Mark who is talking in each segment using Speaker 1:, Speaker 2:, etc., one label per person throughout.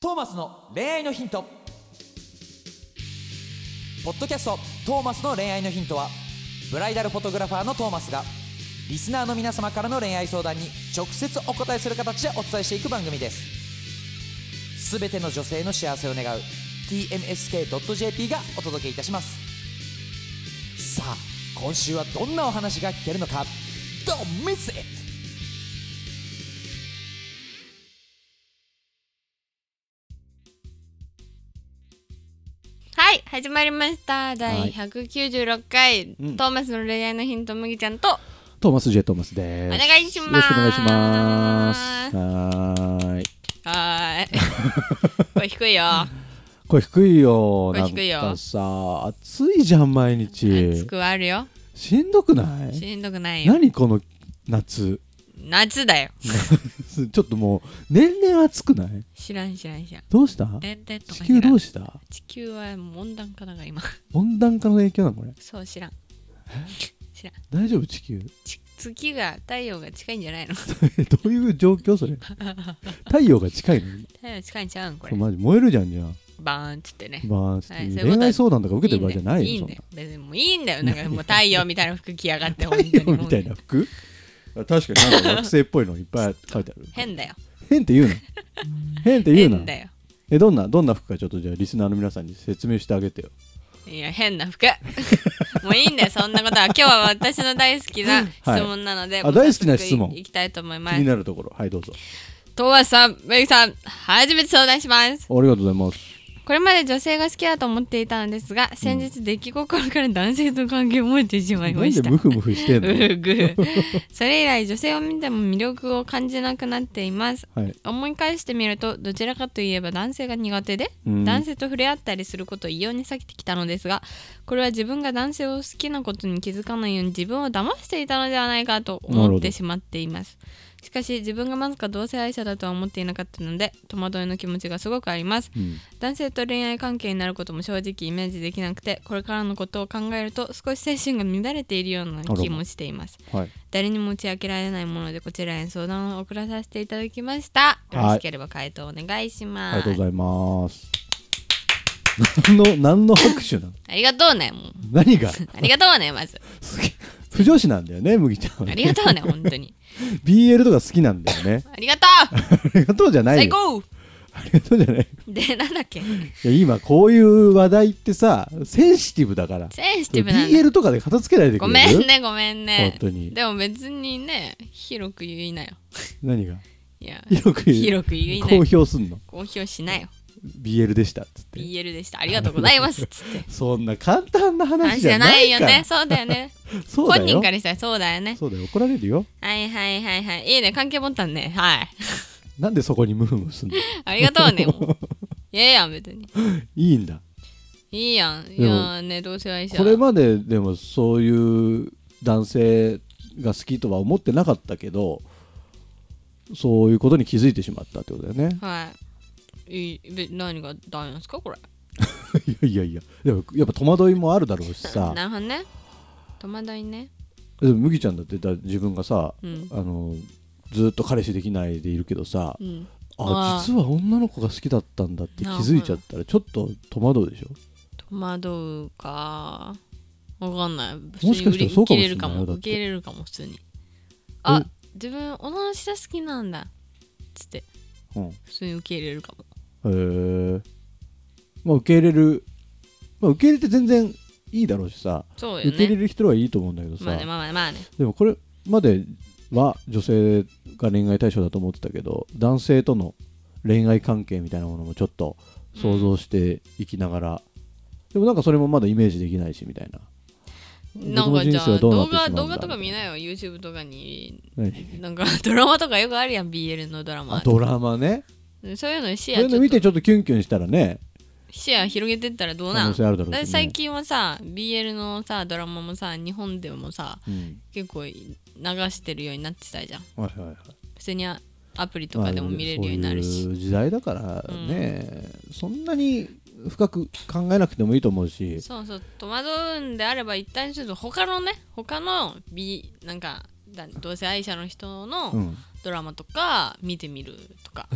Speaker 1: トーマスの恋愛のヒントポッドキャスト「トーマスの恋愛のヒントは」ブライダルフォトグラファーのトーマスがリスナーの皆様からの恋愛相談に直接お答えする形でお伝えしていく番組ですすべての女性の幸せを願う TMSK.jp がお届けいたしますさあ今週はどんなお話が聞けるのか Don't miss it!
Speaker 2: はい始まりました
Speaker 3: は
Speaker 2: 第
Speaker 3: い
Speaker 2: 196回、
Speaker 3: うん
Speaker 2: トーマスの恋愛のヒント麦ちゃんと
Speaker 3: トーマス・ジェ・トーマスで
Speaker 2: お
Speaker 3: す。
Speaker 2: 願いし
Speaker 3: よろ
Speaker 2: ま
Speaker 3: し
Speaker 2: す
Speaker 3: くお願いします。はーい。
Speaker 2: はー いこれ低いよ
Speaker 3: これ低いよ。
Speaker 2: これ低いよ
Speaker 3: なんかさ、暑いじゃん、毎
Speaker 2: 熱
Speaker 3: 日。
Speaker 2: くはあるよ
Speaker 3: しんどくない
Speaker 2: しんどくないよ
Speaker 3: 何この夏。
Speaker 2: 夏だよ
Speaker 3: ちょっともう、年々暑くない
Speaker 2: 知らん知らん知らん
Speaker 3: どうした
Speaker 2: 全然とか
Speaker 3: 地
Speaker 2: 知
Speaker 3: 球
Speaker 2: ら
Speaker 3: ど
Speaker 2: ん
Speaker 3: うした
Speaker 2: 地球はもう温暖化だから今
Speaker 3: 温暖化の影響なのこれ。
Speaker 2: そう知らん
Speaker 3: 大丈夫地球。
Speaker 2: ち月が太陽が近いんじゃないの
Speaker 3: えどういう状 況それ。太陽が近いの
Speaker 2: 太陽近いんちゃうんこ
Speaker 3: こ
Speaker 2: れ
Speaker 3: れマジ燃えるじゃんじゃん。
Speaker 2: バーンっつってね
Speaker 3: まあ、
Speaker 2: はいそういうこと
Speaker 3: 恋愛相談とか受けてる場合じゃない
Speaker 2: い
Speaker 3: よ。
Speaker 2: んだ
Speaker 3: そ
Speaker 2: よい
Speaker 3: ん
Speaker 2: いんだよ別にもういいんだよなんかもう太陽みたいな服着やがって
Speaker 3: な 太陽みたい
Speaker 2: 本当に
Speaker 3: な服確かになんか学生っぽいのいっぱい書いてある。
Speaker 2: 変だよ
Speaker 3: 変って言うな。変って言う
Speaker 2: 変
Speaker 3: な。
Speaker 2: だよ
Speaker 3: え、どんな、どんな服かちょっとじゃあリスナーの皆さんに説明してあげてよ。
Speaker 2: いや変な服 もういいんだよそんなことは今日は私の大好きな質問なので、
Speaker 3: あ大好きな質問
Speaker 2: いきたいと思いま
Speaker 3: 気に
Speaker 2: す
Speaker 3: なるところ。はい、どうぞ。
Speaker 2: とわさんめぐさん初めて相談します
Speaker 3: ありがとうございます。
Speaker 2: これまで女性が好きだと思っていたのですが先日出来心から男性と関係を持ってしまい
Speaker 3: な
Speaker 2: ま
Speaker 3: ん
Speaker 2: し
Speaker 3: で
Speaker 2: た
Speaker 3: ムフムフしてん
Speaker 2: う
Speaker 3: の
Speaker 2: ーぐーそれ以来女性を見ても魅力を感じなくなっています
Speaker 3: はい。
Speaker 2: 思い返してみるとどちらかといえば男性が苦手で、
Speaker 3: うん
Speaker 2: 男性と触れ合ったりすることを異様に避けてきたのですがこれは自分が男性を好きなことに気づかないように自分を騙していたのではないかと
Speaker 3: なる
Speaker 2: 思っ
Speaker 3: ほど
Speaker 2: てしまっていますしかし自分がまさか同性愛者だとは思っていなかったので戸惑いの気持ちがすごくあります
Speaker 3: うん
Speaker 2: 男性と恋愛関係になることも正直イメージできなくてこれからのことを考えると少し精神が乱れているような気もしています
Speaker 3: はい。
Speaker 2: 誰にも打ち明けられないものでこちらへ相談を送らさせていただきました
Speaker 3: い
Speaker 2: よろしければ回答お願いし
Speaker 3: あ
Speaker 2: ま
Speaker 3: りが
Speaker 2: す、
Speaker 3: とうございます。何の、何の拍手なの
Speaker 2: ありがとうねもう
Speaker 3: 何が
Speaker 2: ありがとうねまず
Speaker 3: すげえ不女子なんだよね、麦ちゃんは
Speaker 2: あ
Speaker 3: ね。
Speaker 2: りがとうね本当 に
Speaker 3: BL とか好きなんだよね。
Speaker 2: ありがとう
Speaker 3: ありがとうじゃない
Speaker 2: 最
Speaker 3: よ。
Speaker 2: 高
Speaker 3: ありがとうじゃない。
Speaker 2: でなんだっけ
Speaker 3: いや今こういう話題ってさ、センシティブだから。
Speaker 2: センシティブなんだ
Speaker 3: BL とかで片付けないでく
Speaker 2: ご
Speaker 3: れる
Speaker 2: めんねごめんね
Speaker 3: 本当に
Speaker 2: でも別にね広く言いなよ
Speaker 3: 何が
Speaker 2: いや
Speaker 3: 広く言う
Speaker 2: 広く言いな
Speaker 3: 公
Speaker 2: よ
Speaker 3: 表すんの
Speaker 2: 公表しなよ
Speaker 3: BL でしたっつって、
Speaker 2: BL でしたありがとうございますっつって
Speaker 3: そんな簡単 な話
Speaker 2: 話じ
Speaker 3: じゃ
Speaker 2: ゃ
Speaker 3: な
Speaker 2: ない
Speaker 3: い
Speaker 2: よ
Speaker 3: から
Speaker 2: ねそうだよね
Speaker 3: そうだ
Speaker 2: 本
Speaker 3: よ
Speaker 2: 人からしたらそうだよね
Speaker 3: そうだよ怒られるよ
Speaker 2: はいはいはいはいいいね関係持ったんねはい
Speaker 3: なんでそこにムフムフすんの
Speaker 2: ありがとうね。 もういやいやん、別に。
Speaker 3: いいんだ
Speaker 2: いいやん。い
Speaker 3: も
Speaker 2: やーね、どうせ愛者。
Speaker 3: これまででもそういう男性が好きとは思ってなかったけどそういうことに気づいてしまったってことだ よね
Speaker 2: はい。いいべ何がダメなんですかこれ。
Speaker 3: いやいやいやでもやっぱ戸惑いもあるだろうしさ
Speaker 2: なるほどね。戸惑いね。
Speaker 3: でも麦ちゃんだってだ自分がさ、
Speaker 2: うん。
Speaker 3: あのずっと彼氏できないでいるけどさ、
Speaker 2: うん、
Speaker 3: あ
Speaker 2: あー
Speaker 3: 実は女の子が好きだったんだって気づいちゃったらちょっと戸惑うでしょ
Speaker 2: 戸惑うか。わかんない。普
Speaker 3: もしかしたらそうかも
Speaker 2: 通に受け入れ
Speaker 3: しれないよ
Speaker 2: るかも。
Speaker 3: だって
Speaker 2: 受け入れるかも、普通に。あ
Speaker 3: え
Speaker 2: 自分、女の人好きなんだ。つって、
Speaker 3: うんへ
Speaker 2: 普通に受け入れるかも。
Speaker 3: えまあ受け入れる、まあ、受け入れて全然いいだろうしさ、
Speaker 2: そうよ
Speaker 3: 受け入れ
Speaker 2: ね。
Speaker 3: る人はいいと思うんだけどさ、
Speaker 2: まあね、まあまあまあね。
Speaker 3: でもこれまでは女性が恋愛対象だと思ってたけど男性との恋愛関係みたいなものもちょっと想像していきながら、でもなんかそれもまだイメージできないしみたいな
Speaker 2: なんかじゃ
Speaker 3: 僕の人生
Speaker 2: あ、
Speaker 3: はどうな
Speaker 2: 動
Speaker 3: ってしま
Speaker 2: 画、
Speaker 3: うんだ
Speaker 2: 動画とか見なよ。YouTube とかに
Speaker 3: 何
Speaker 2: なんか ドラマとかよくあるやん BL のドラマ
Speaker 3: あドラマね
Speaker 2: そういうの視
Speaker 3: そう
Speaker 2: 野ちょ
Speaker 3: いうの
Speaker 2: っ
Speaker 3: 見て
Speaker 2: と
Speaker 3: ちょっとキュンキュンしたらね
Speaker 2: 視野広げてったらどう
Speaker 3: 可
Speaker 2: なん
Speaker 3: 能性あるだろう
Speaker 2: だって
Speaker 3: し、ね、
Speaker 2: 最近はさ BL のさドラマもさ日本でもさ
Speaker 3: うん
Speaker 2: 結構流してるようになってたじゃん
Speaker 3: はいはいはい
Speaker 2: 普通にアアプリとかでも見れるようになるし、
Speaker 3: まあそういう時代だからね、そんなに深く考えなくてもいいと思うし
Speaker 2: そうそう戸惑うんであれば一旦ちょっと他のね他の B なんかだ同性愛者の人の
Speaker 3: うん
Speaker 2: ドラマとか見てみると か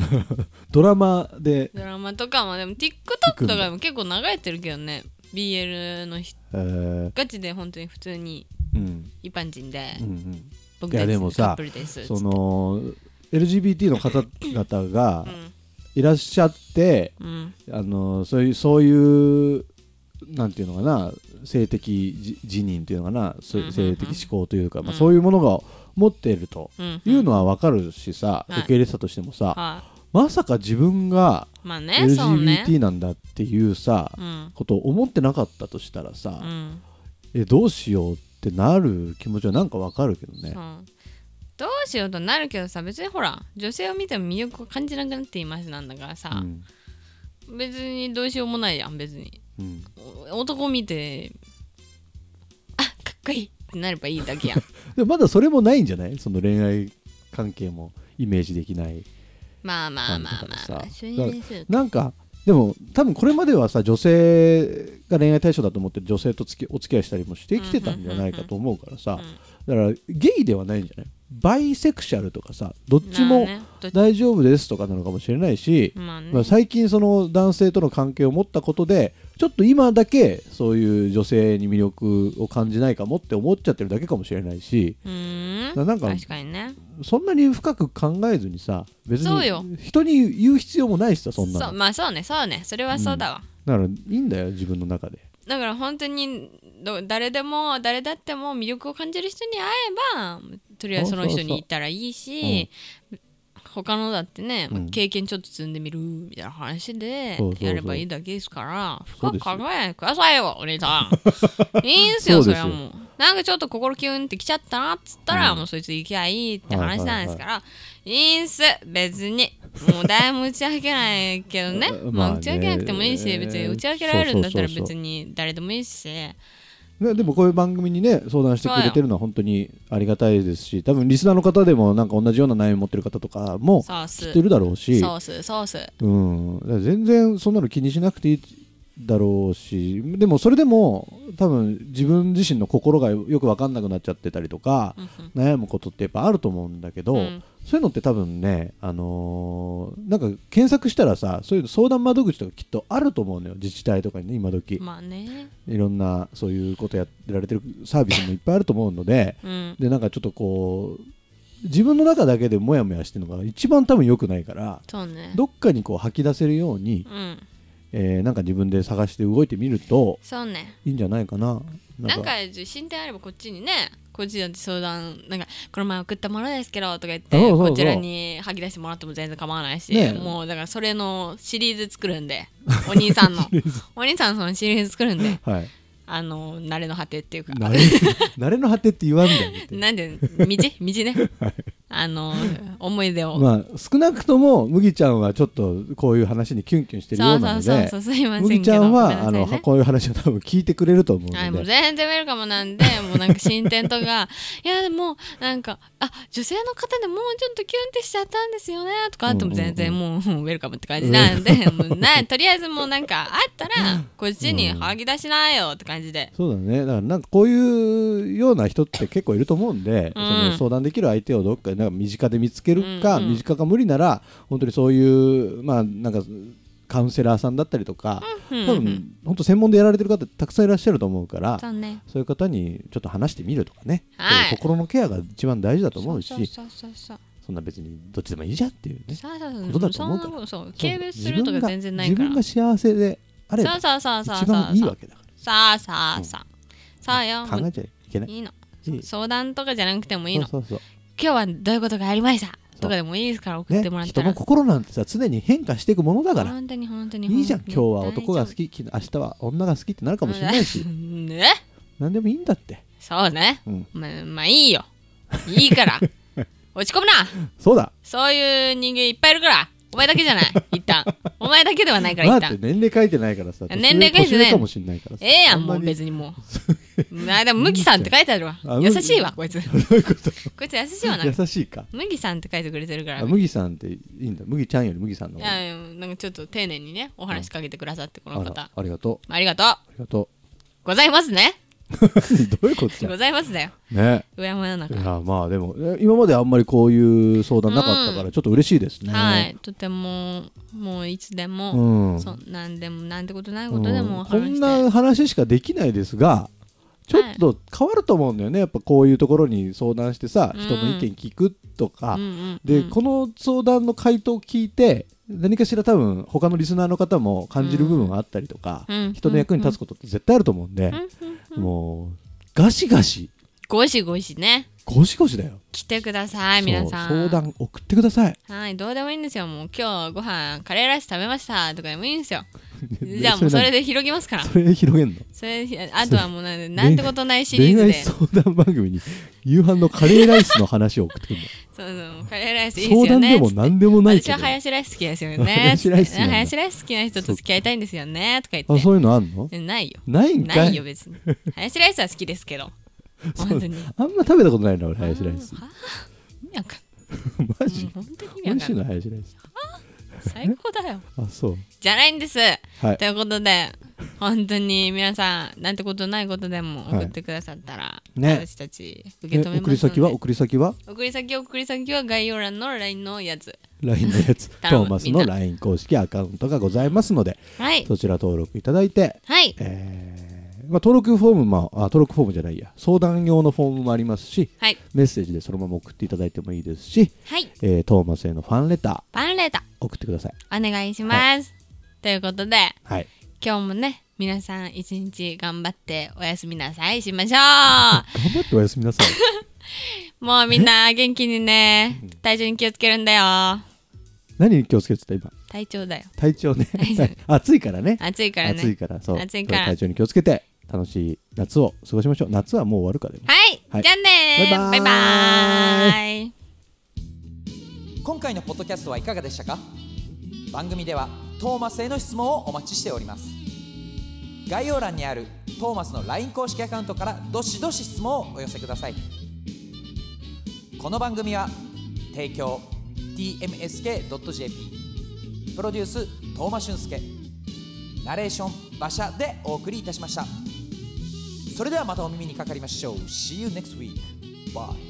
Speaker 3: ドラマで、
Speaker 2: ドラマとかまあでも TikTok とかでも結構流れてるけどね BL の人
Speaker 3: えー
Speaker 2: ガチで本当に普通に
Speaker 3: うん
Speaker 2: 一般人で
Speaker 3: うんうん、
Speaker 2: 僕
Speaker 3: いや
Speaker 2: たち
Speaker 3: でもさ
Speaker 2: カップルです
Speaker 3: その LGBT の方々がいらっしゃって、
Speaker 2: うんうん
Speaker 3: あのそういうそういうなんていうのかな性的自自認というのかな、そ
Speaker 2: うんうんうん
Speaker 3: 性的思考というか、まあ、
Speaker 2: うん
Speaker 3: そういうものが持っていると
Speaker 2: うん
Speaker 3: いうのは分かるしさ、
Speaker 2: はい
Speaker 3: 受け入れてたとしてもさ、
Speaker 2: は
Speaker 3: まさか自分が
Speaker 2: いまあねそうね
Speaker 3: LGBT なんだっていうさ、
Speaker 2: うん
Speaker 3: ことを思ってなかったとしたらさ
Speaker 2: う、ん
Speaker 3: えどうしようってなる気持ちはなんか分かるけどね
Speaker 2: そ。うどうしようとなるけどさ別にほら女性を見ても魅力を感じなくなっていますなんだから
Speaker 3: う
Speaker 2: さ、
Speaker 3: ん
Speaker 2: 別にどうしようもないじゃん別に
Speaker 3: うん
Speaker 2: お男見てあかっこいいってなればいいだけや ん
Speaker 3: でまだそれもないんじゃないその恋愛関係もイメージできない
Speaker 2: まあまあまあま
Speaker 3: なん
Speaker 2: あ
Speaker 3: かさ
Speaker 2: 一緒にねする
Speaker 3: なんかでも多分これまではさ女性が恋愛対象だと思って女性とつきお付き合いしたりもしてきてたんじゃないかと思うからさだからゲイではないんじゃないバイセクシャルとかさどっちも
Speaker 2: まあねどっち
Speaker 3: 大丈夫ですとかなのかもしれないし、
Speaker 2: まあね
Speaker 3: まあ、最近その男性との関係を持ったことでちょっと今だけそういう女性に魅力を感じないかもって思っちゃってるだけかもしれないし
Speaker 2: うーん
Speaker 3: ななんか
Speaker 2: 確かにね
Speaker 3: そんなに深く考えずにさ別
Speaker 2: そうよ
Speaker 3: に人に言う必要もないしさそんな
Speaker 2: そう
Speaker 3: の
Speaker 2: まあそうねそうねそれはそうだわ、
Speaker 3: だからいいんだよ自分の中で
Speaker 2: だから本当にど誰でも誰だっても魅力を感じる人に会えばとりあえずその人に行ったらいいし他のだってね、まあ
Speaker 3: うん
Speaker 2: 経験ちょっと積んでみるみたいな話で
Speaker 3: そうそうそう
Speaker 2: やればいいだけですから
Speaker 3: そう
Speaker 2: 深
Speaker 3: で
Speaker 2: く
Speaker 3: すよ
Speaker 2: 考えないでくださいよお姉さ んいいんすよ
Speaker 3: そ
Speaker 2: そう
Speaker 3: ですよ
Speaker 2: れはもうなんかちょっと心キュンってきちゃったなっつったら、
Speaker 3: うん
Speaker 2: もうそいつ行きゃいいって話なんですから、いいんす別にもう誰も打ち明けないけどね
Speaker 3: まあね
Speaker 2: まあ打ち明けなくてもいいし別に打ち明けられるんだったら別に誰でもいいし
Speaker 3: ねでもこういう番組にね相談してくれてるのは本当にありがたいですし多分リスナーの方でもなんか同じような悩み持ってる方とかも
Speaker 2: ソー
Speaker 3: 知
Speaker 2: ス
Speaker 3: ってるだろうし
Speaker 2: ソースソース
Speaker 3: うん、だから全然そんなの気にしなくていいだろうしでもそれでも多分自分自身の心がよく分かんなくなっちゃってたりとか、悩むことってやっぱあると思うんだけど、
Speaker 2: うん
Speaker 3: そういうのって多分ね、あのーなんか検索したらさそういう相談窓口とかきっとあると思うのよ自治体とかにね今時、
Speaker 2: まあね
Speaker 3: いろんなそういうことやってられてるサービスもいっぱいあると思うので
Speaker 2: うん
Speaker 3: でなんかちょっとこう自分の中だけでモヤモヤしてるのが一番多分良くないから
Speaker 2: そうね
Speaker 3: どっかにこう吐き出せるように
Speaker 2: う、ん
Speaker 3: えーなんか自分で探して動いてみると
Speaker 2: そうね
Speaker 3: いいんじゃないかな。
Speaker 2: なんか進展あればこっちにねこっちだって相談なんかこの前送ったものですけどとか言って
Speaker 3: そうそうそう
Speaker 2: こちらに吐き出してもらっても全然構わないし、
Speaker 3: ねえ
Speaker 2: もうだからそれのシリーズ作るんでお兄さん のお兄さんそのシリーズ作るんで
Speaker 3: はい、
Speaker 2: あの慣れの果てっていうか
Speaker 3: 慣れ慣れの果てって言わんだよみたいな
Speaker 2: なんで道道 ね、あの思い出を、
Speaker 3: まあ少なくとも麦ちゃんはちょっとこういう話にキュンキュンしてるようなの
Speaker 2: そうそう
Speaker 3: で
Speaker 2: そうそうすいませんけど
Speaker 3: 麦ちゃんは、
Speaker 2: ごめなさ
Speaker 3: あ
Speaker 2: いね
Speaker 3: のこういう話を多分聞いてくれると思う
Speaker 2: はい、も
Speaker 3: の
Speaker 2: う
Speaker 3: で
Speaker 2: 全然ウェルカムなんでもうなんか進展とかいやでもなんかあ女性の方でもうちょっとキュンってしちゃったんですよねとかあっても全然
Speaker 3: うん
Speaker 2: もう,、ウェルカムって感じなんで、もうなとりあえずもうなんかあったらこっちに吐き出しなよって感じで、
Speaker 3: そうだねだからなんかこういうような人って結構いると思うんで、
Speaker 2: うん
Speaker 3: その相談できる相手をどっかなんか身近で見つけるか、
Speaker 2: うんうん
Speaker 3: 身近が無理なら本当にそういうまあなんかカウンセラーさんだったりとか、
Speaker 2: うん
Speaker 3: 多分本当専門でやられてる方たくさんいらっしゃると思うから、
Speaker 2: そうね
Speaker 3: そういう方にちょっと話してみるとかね、
Speaker 2: はい
Speaker 3: そういう心のケアが一番大事だと思うし
Speaker 2: そうそうそうそう
Speaker 3: そんな別にどっちでもいいじゃんっていうね
Speaker 2: そうそうそ
Speaker 3: ことだ
Speaker 2: う
Speaker 3: と
Speaker 2: そ
Speaker 3: 思うんか
Speaker 2: なこ
Speaker 3: ら
Speaker 2: とそう
Speaker 3: そう
Speaker 2: 軽蔑するとか全然ないから
Speaker 3: 自分が自分が幸せであれば
Speaker 2: そうそうそうそうそ
Speaker 3: 一
Speaker 2: うそ
Speaker 3: 番
Speaker 2: う
Speaker 3: いいわけだか
Speaker 2: さあさあさあ、さあよ
Speaker 3: ら考えちゃいけない
Speaker 2: いいの
Speaker 3: いい
Speaker 2: 相談とかじゃなくてもいいの
Speaker 3: そうそうそう
Speaker 2: 今日はどういうことがありました
Speaker 3: う
Speaker 2: とかでもいいですから送っ
Speaker 3: ね
Speaker 2: てもらった
Speaker 3: 人
Speaker 2: ら、
Speaker 3: の心なんてさ常に変化していくものだから
Speaker 2: 本当に本当に
Speaker 3: いいじゃん
Speaker 2: 本
Speaker 3: 今日は
Speaker 2: 当に
Speaker 3: 男が好き昨日明日は女が好きってなるかもしれないし
Speaker 2: うんね
Speaker 3: 何でもいいんだって
Speaker 2: そうね、
Speaker 3: うん
Speaker 2: ままあいいよいいから 落ち込むな
Speaker 3: そうだ
Speaker 2: そういう人間いっぱいいるからお前だけじゃない一旦お前だけではないから
Speaker 3: だ
Speaker 2: 一
Speaker 3: って
Speaker 2: 旦
Speaker 3: 年齢書いてないからさ
Speaker 2: 年齢書いてない
Speaker 3: 年上かもしれないからさ
Speaker 2: ええやん
Speaker 3: そ
Speaker 2: も
Speaker 3: な
Speaker 2: う
Speaker 3: に
Speaker 2: 別にも うあでも麦さんって書いてあるわ
Speaker 3: あ
Speaker 2: 優
Speaker 3: 麦
Speaker 2: しいわこい つこ
Speaker 3: どういうこと
Speaker 2: いつ優しいわな
Speaker 3: 優しいか
Speaker 2: 麦さんって書いてくれてるから
Speaker 3: あ麦さんっていいんだ麦ちゃんより麦さんの
Speaker 2: い
Speaker 3: 方が
Speaker 2: やなんかちょっと丁寧にねお話しかけてくださってこの
Speaker 3: あ
Speaker 2: 方
Speaker 3: らありがとう
Speaker 2: ありがとう
Speaker 3: ありがと
Speaker 2: ございますね
Speaker 3: どういうことだ
Speaker 2: ございますだよ
Speaker 3: ね
Speaker 2: 上山の
Speaker 3: い
Speaker 2: 中、
Speaker 3: やまあでもえ今まであんまりこういう相談なかったか
Speaker 2: う
Speaker 3: らちょっと嬉しいですね、
Speaker 2: はいとてももういつで
Speaker 3: う
Speaker 2: も、
Speaker 3: ん
Speaker 2: そんなんでもなんてことないこ
Speaker 3: うん
Speaker 2: とでも
Speaker 3: こ
Speaker 2: 話して、
Speaker 3: んな話しかできないですがちょっと変わると思うんだよねやっぱこういうところに相談してさ、
Speaker 2: うん
Speaker 3: 人の意見聞くとか、
Speaker 2: うんうん
Speaker 3: で、
Speaker 2: うん
Speaker 3: この相談の回答を聞いて何かしら多分他のリスナーの方も感じる部分があったりとか、
Speaker 2: うん
Speaker 3: 人の役に立つことって絶対あると思うんで、もうガシガシ
Speaker 2: ごしごしね
Speaker 3: ゴシゴシだよ
Speaker 2: 来てください皆さん
Speaker 3: そう相談送ってください
Speaker 2: はいどうでもいいんですよもう今日ご飯カレーライス食べましたとかでもいいんですよ
Speaker 3: ね
Speaker 2: じゃあも うそれ
Speaker 3: で
Speaker 2: で広げますから
Speaker 3: それ広げんの
Speaker 2: それあとはもうなんでなんてことないシリーズ
Speaker 3: 恋愛
Speaker 2: で
Speaker 3: 相談番組に夕飯のカレーライスの話を送ってくる
Speaker 2: そうそうカレーライスいいで
Speaker 3: の
Speaker 2: すよ
Speaker 3: 相談
Speaker 2: ね
Speaker 3: でも何でもない
Speaker 2: 私
Speaker 3: け
Speaker 2: は
Speaker 3: ど
Speaker 2: 林ライス好きですよね
Speaker 3: 林ライス好きなんだ
Speaker 2: 林ライス好きな人と付き合いたいんですよねとか言
Speaker 3: あ
Speaker 2: っ
Speaker 3: そういうのあんの
Speaker 2: てないよ
Speaker 3: ないんか
Speaker 2: ないいよ 別に林ライスは好きですけど
Speaker 3: そう
Speaker 2: 本当に
Speaker 3: あんま食べたことないな俺ハヤシライス
Speaker 2: はあなんか
Speaker 3: マ
Speaker 2: も
Speaker 3: ジ
Speaker 2: う本当に意味
Speaker 3: 美
Speaker 2: わ
Speaker 3: 味し
Speaker 2: か
Speaker 3: い
Speaker 2: んな
Speaker 3: の
Speaker 2: い
Speaker 3: ハヤシライス
Speaker 2: 最高だよ
Speaker 3: あそう
Speaker 2: じゃないんです、
Speaker 3: はい
Speaker 2: ということで本当に皆さんなんてことないことでも送ってくださったら、
Speaker 3: ね
Speaker 2: 私たち受
Speaker 3: え
Speaker 2: け止めますので
Speaker 3: 送り先は送り先は
Speaker 2: 送り先送り先は概要欄の LINE のやつ
Speaker 3: LINE のやつ
Speaker 2: 頼む
Speaker 3: トーマス
Speaker 2: み
Speaker 3: の
Speaker 2: んな
Speaker 3: LINE 公式アカウントがございますので
Speaker 2: はい
Speaker 3: そちら登録いただいて
Speaker 2: はい
Speaker 3: えーまあ、登録フォームもあ登録フォームじゃないや相談用のフォームもありますし
Speaker 2: はい
Speaker 3: メッセージでそのまま送っていただいてもいいですし、
Speaker 2: はい
Speaker 3: えートーマスへのファンレタ
Speaker 2: バンレータ
Speaker 3: ー送ってください
Speaker 2: お願いします、ということで
Speaker 3: はい
Speaker 2: 今日もね皆さん一日頑張っておやすみなさいしましょ
Speaker 3: 頑張っておやすみなさい
Speaker 2: うもうみんな元気にね体調に気をつけるんだよ
Speaker 3: 何に気をつけてた今
Speaker 2: 体調だよ
Speaker 3: 体 調ね
Speaker 2: 大丈
Speaker 3: 暑いからね
Speaker 2: 暑いからね
Speaker 3: 暑いからそう
Speaker 2: 暑いから
Speaker 3: 体調に気をつけて楽しい夏を過ごしましょう夏はもう終わるからね
Speaker 2: はい、
Speaker 3: はい
Speaker 2: じゃあねー
Speaker 3: バイバーイ
Speaker 2: バイバーイ
Speaker 1: 今回のポッドキャストはいかがでしたか番組ではトーマスへの質問をお待ちしております概要欄にあるトーマスの LINE 公式アカウントからどしどし質問をお寄せくださいこの番組は提供 tmsk.jp プロデューストーマ俊介ナレーション馬車でお送りいたしましたそれではまたお耳にかかりましょう See you next week Bye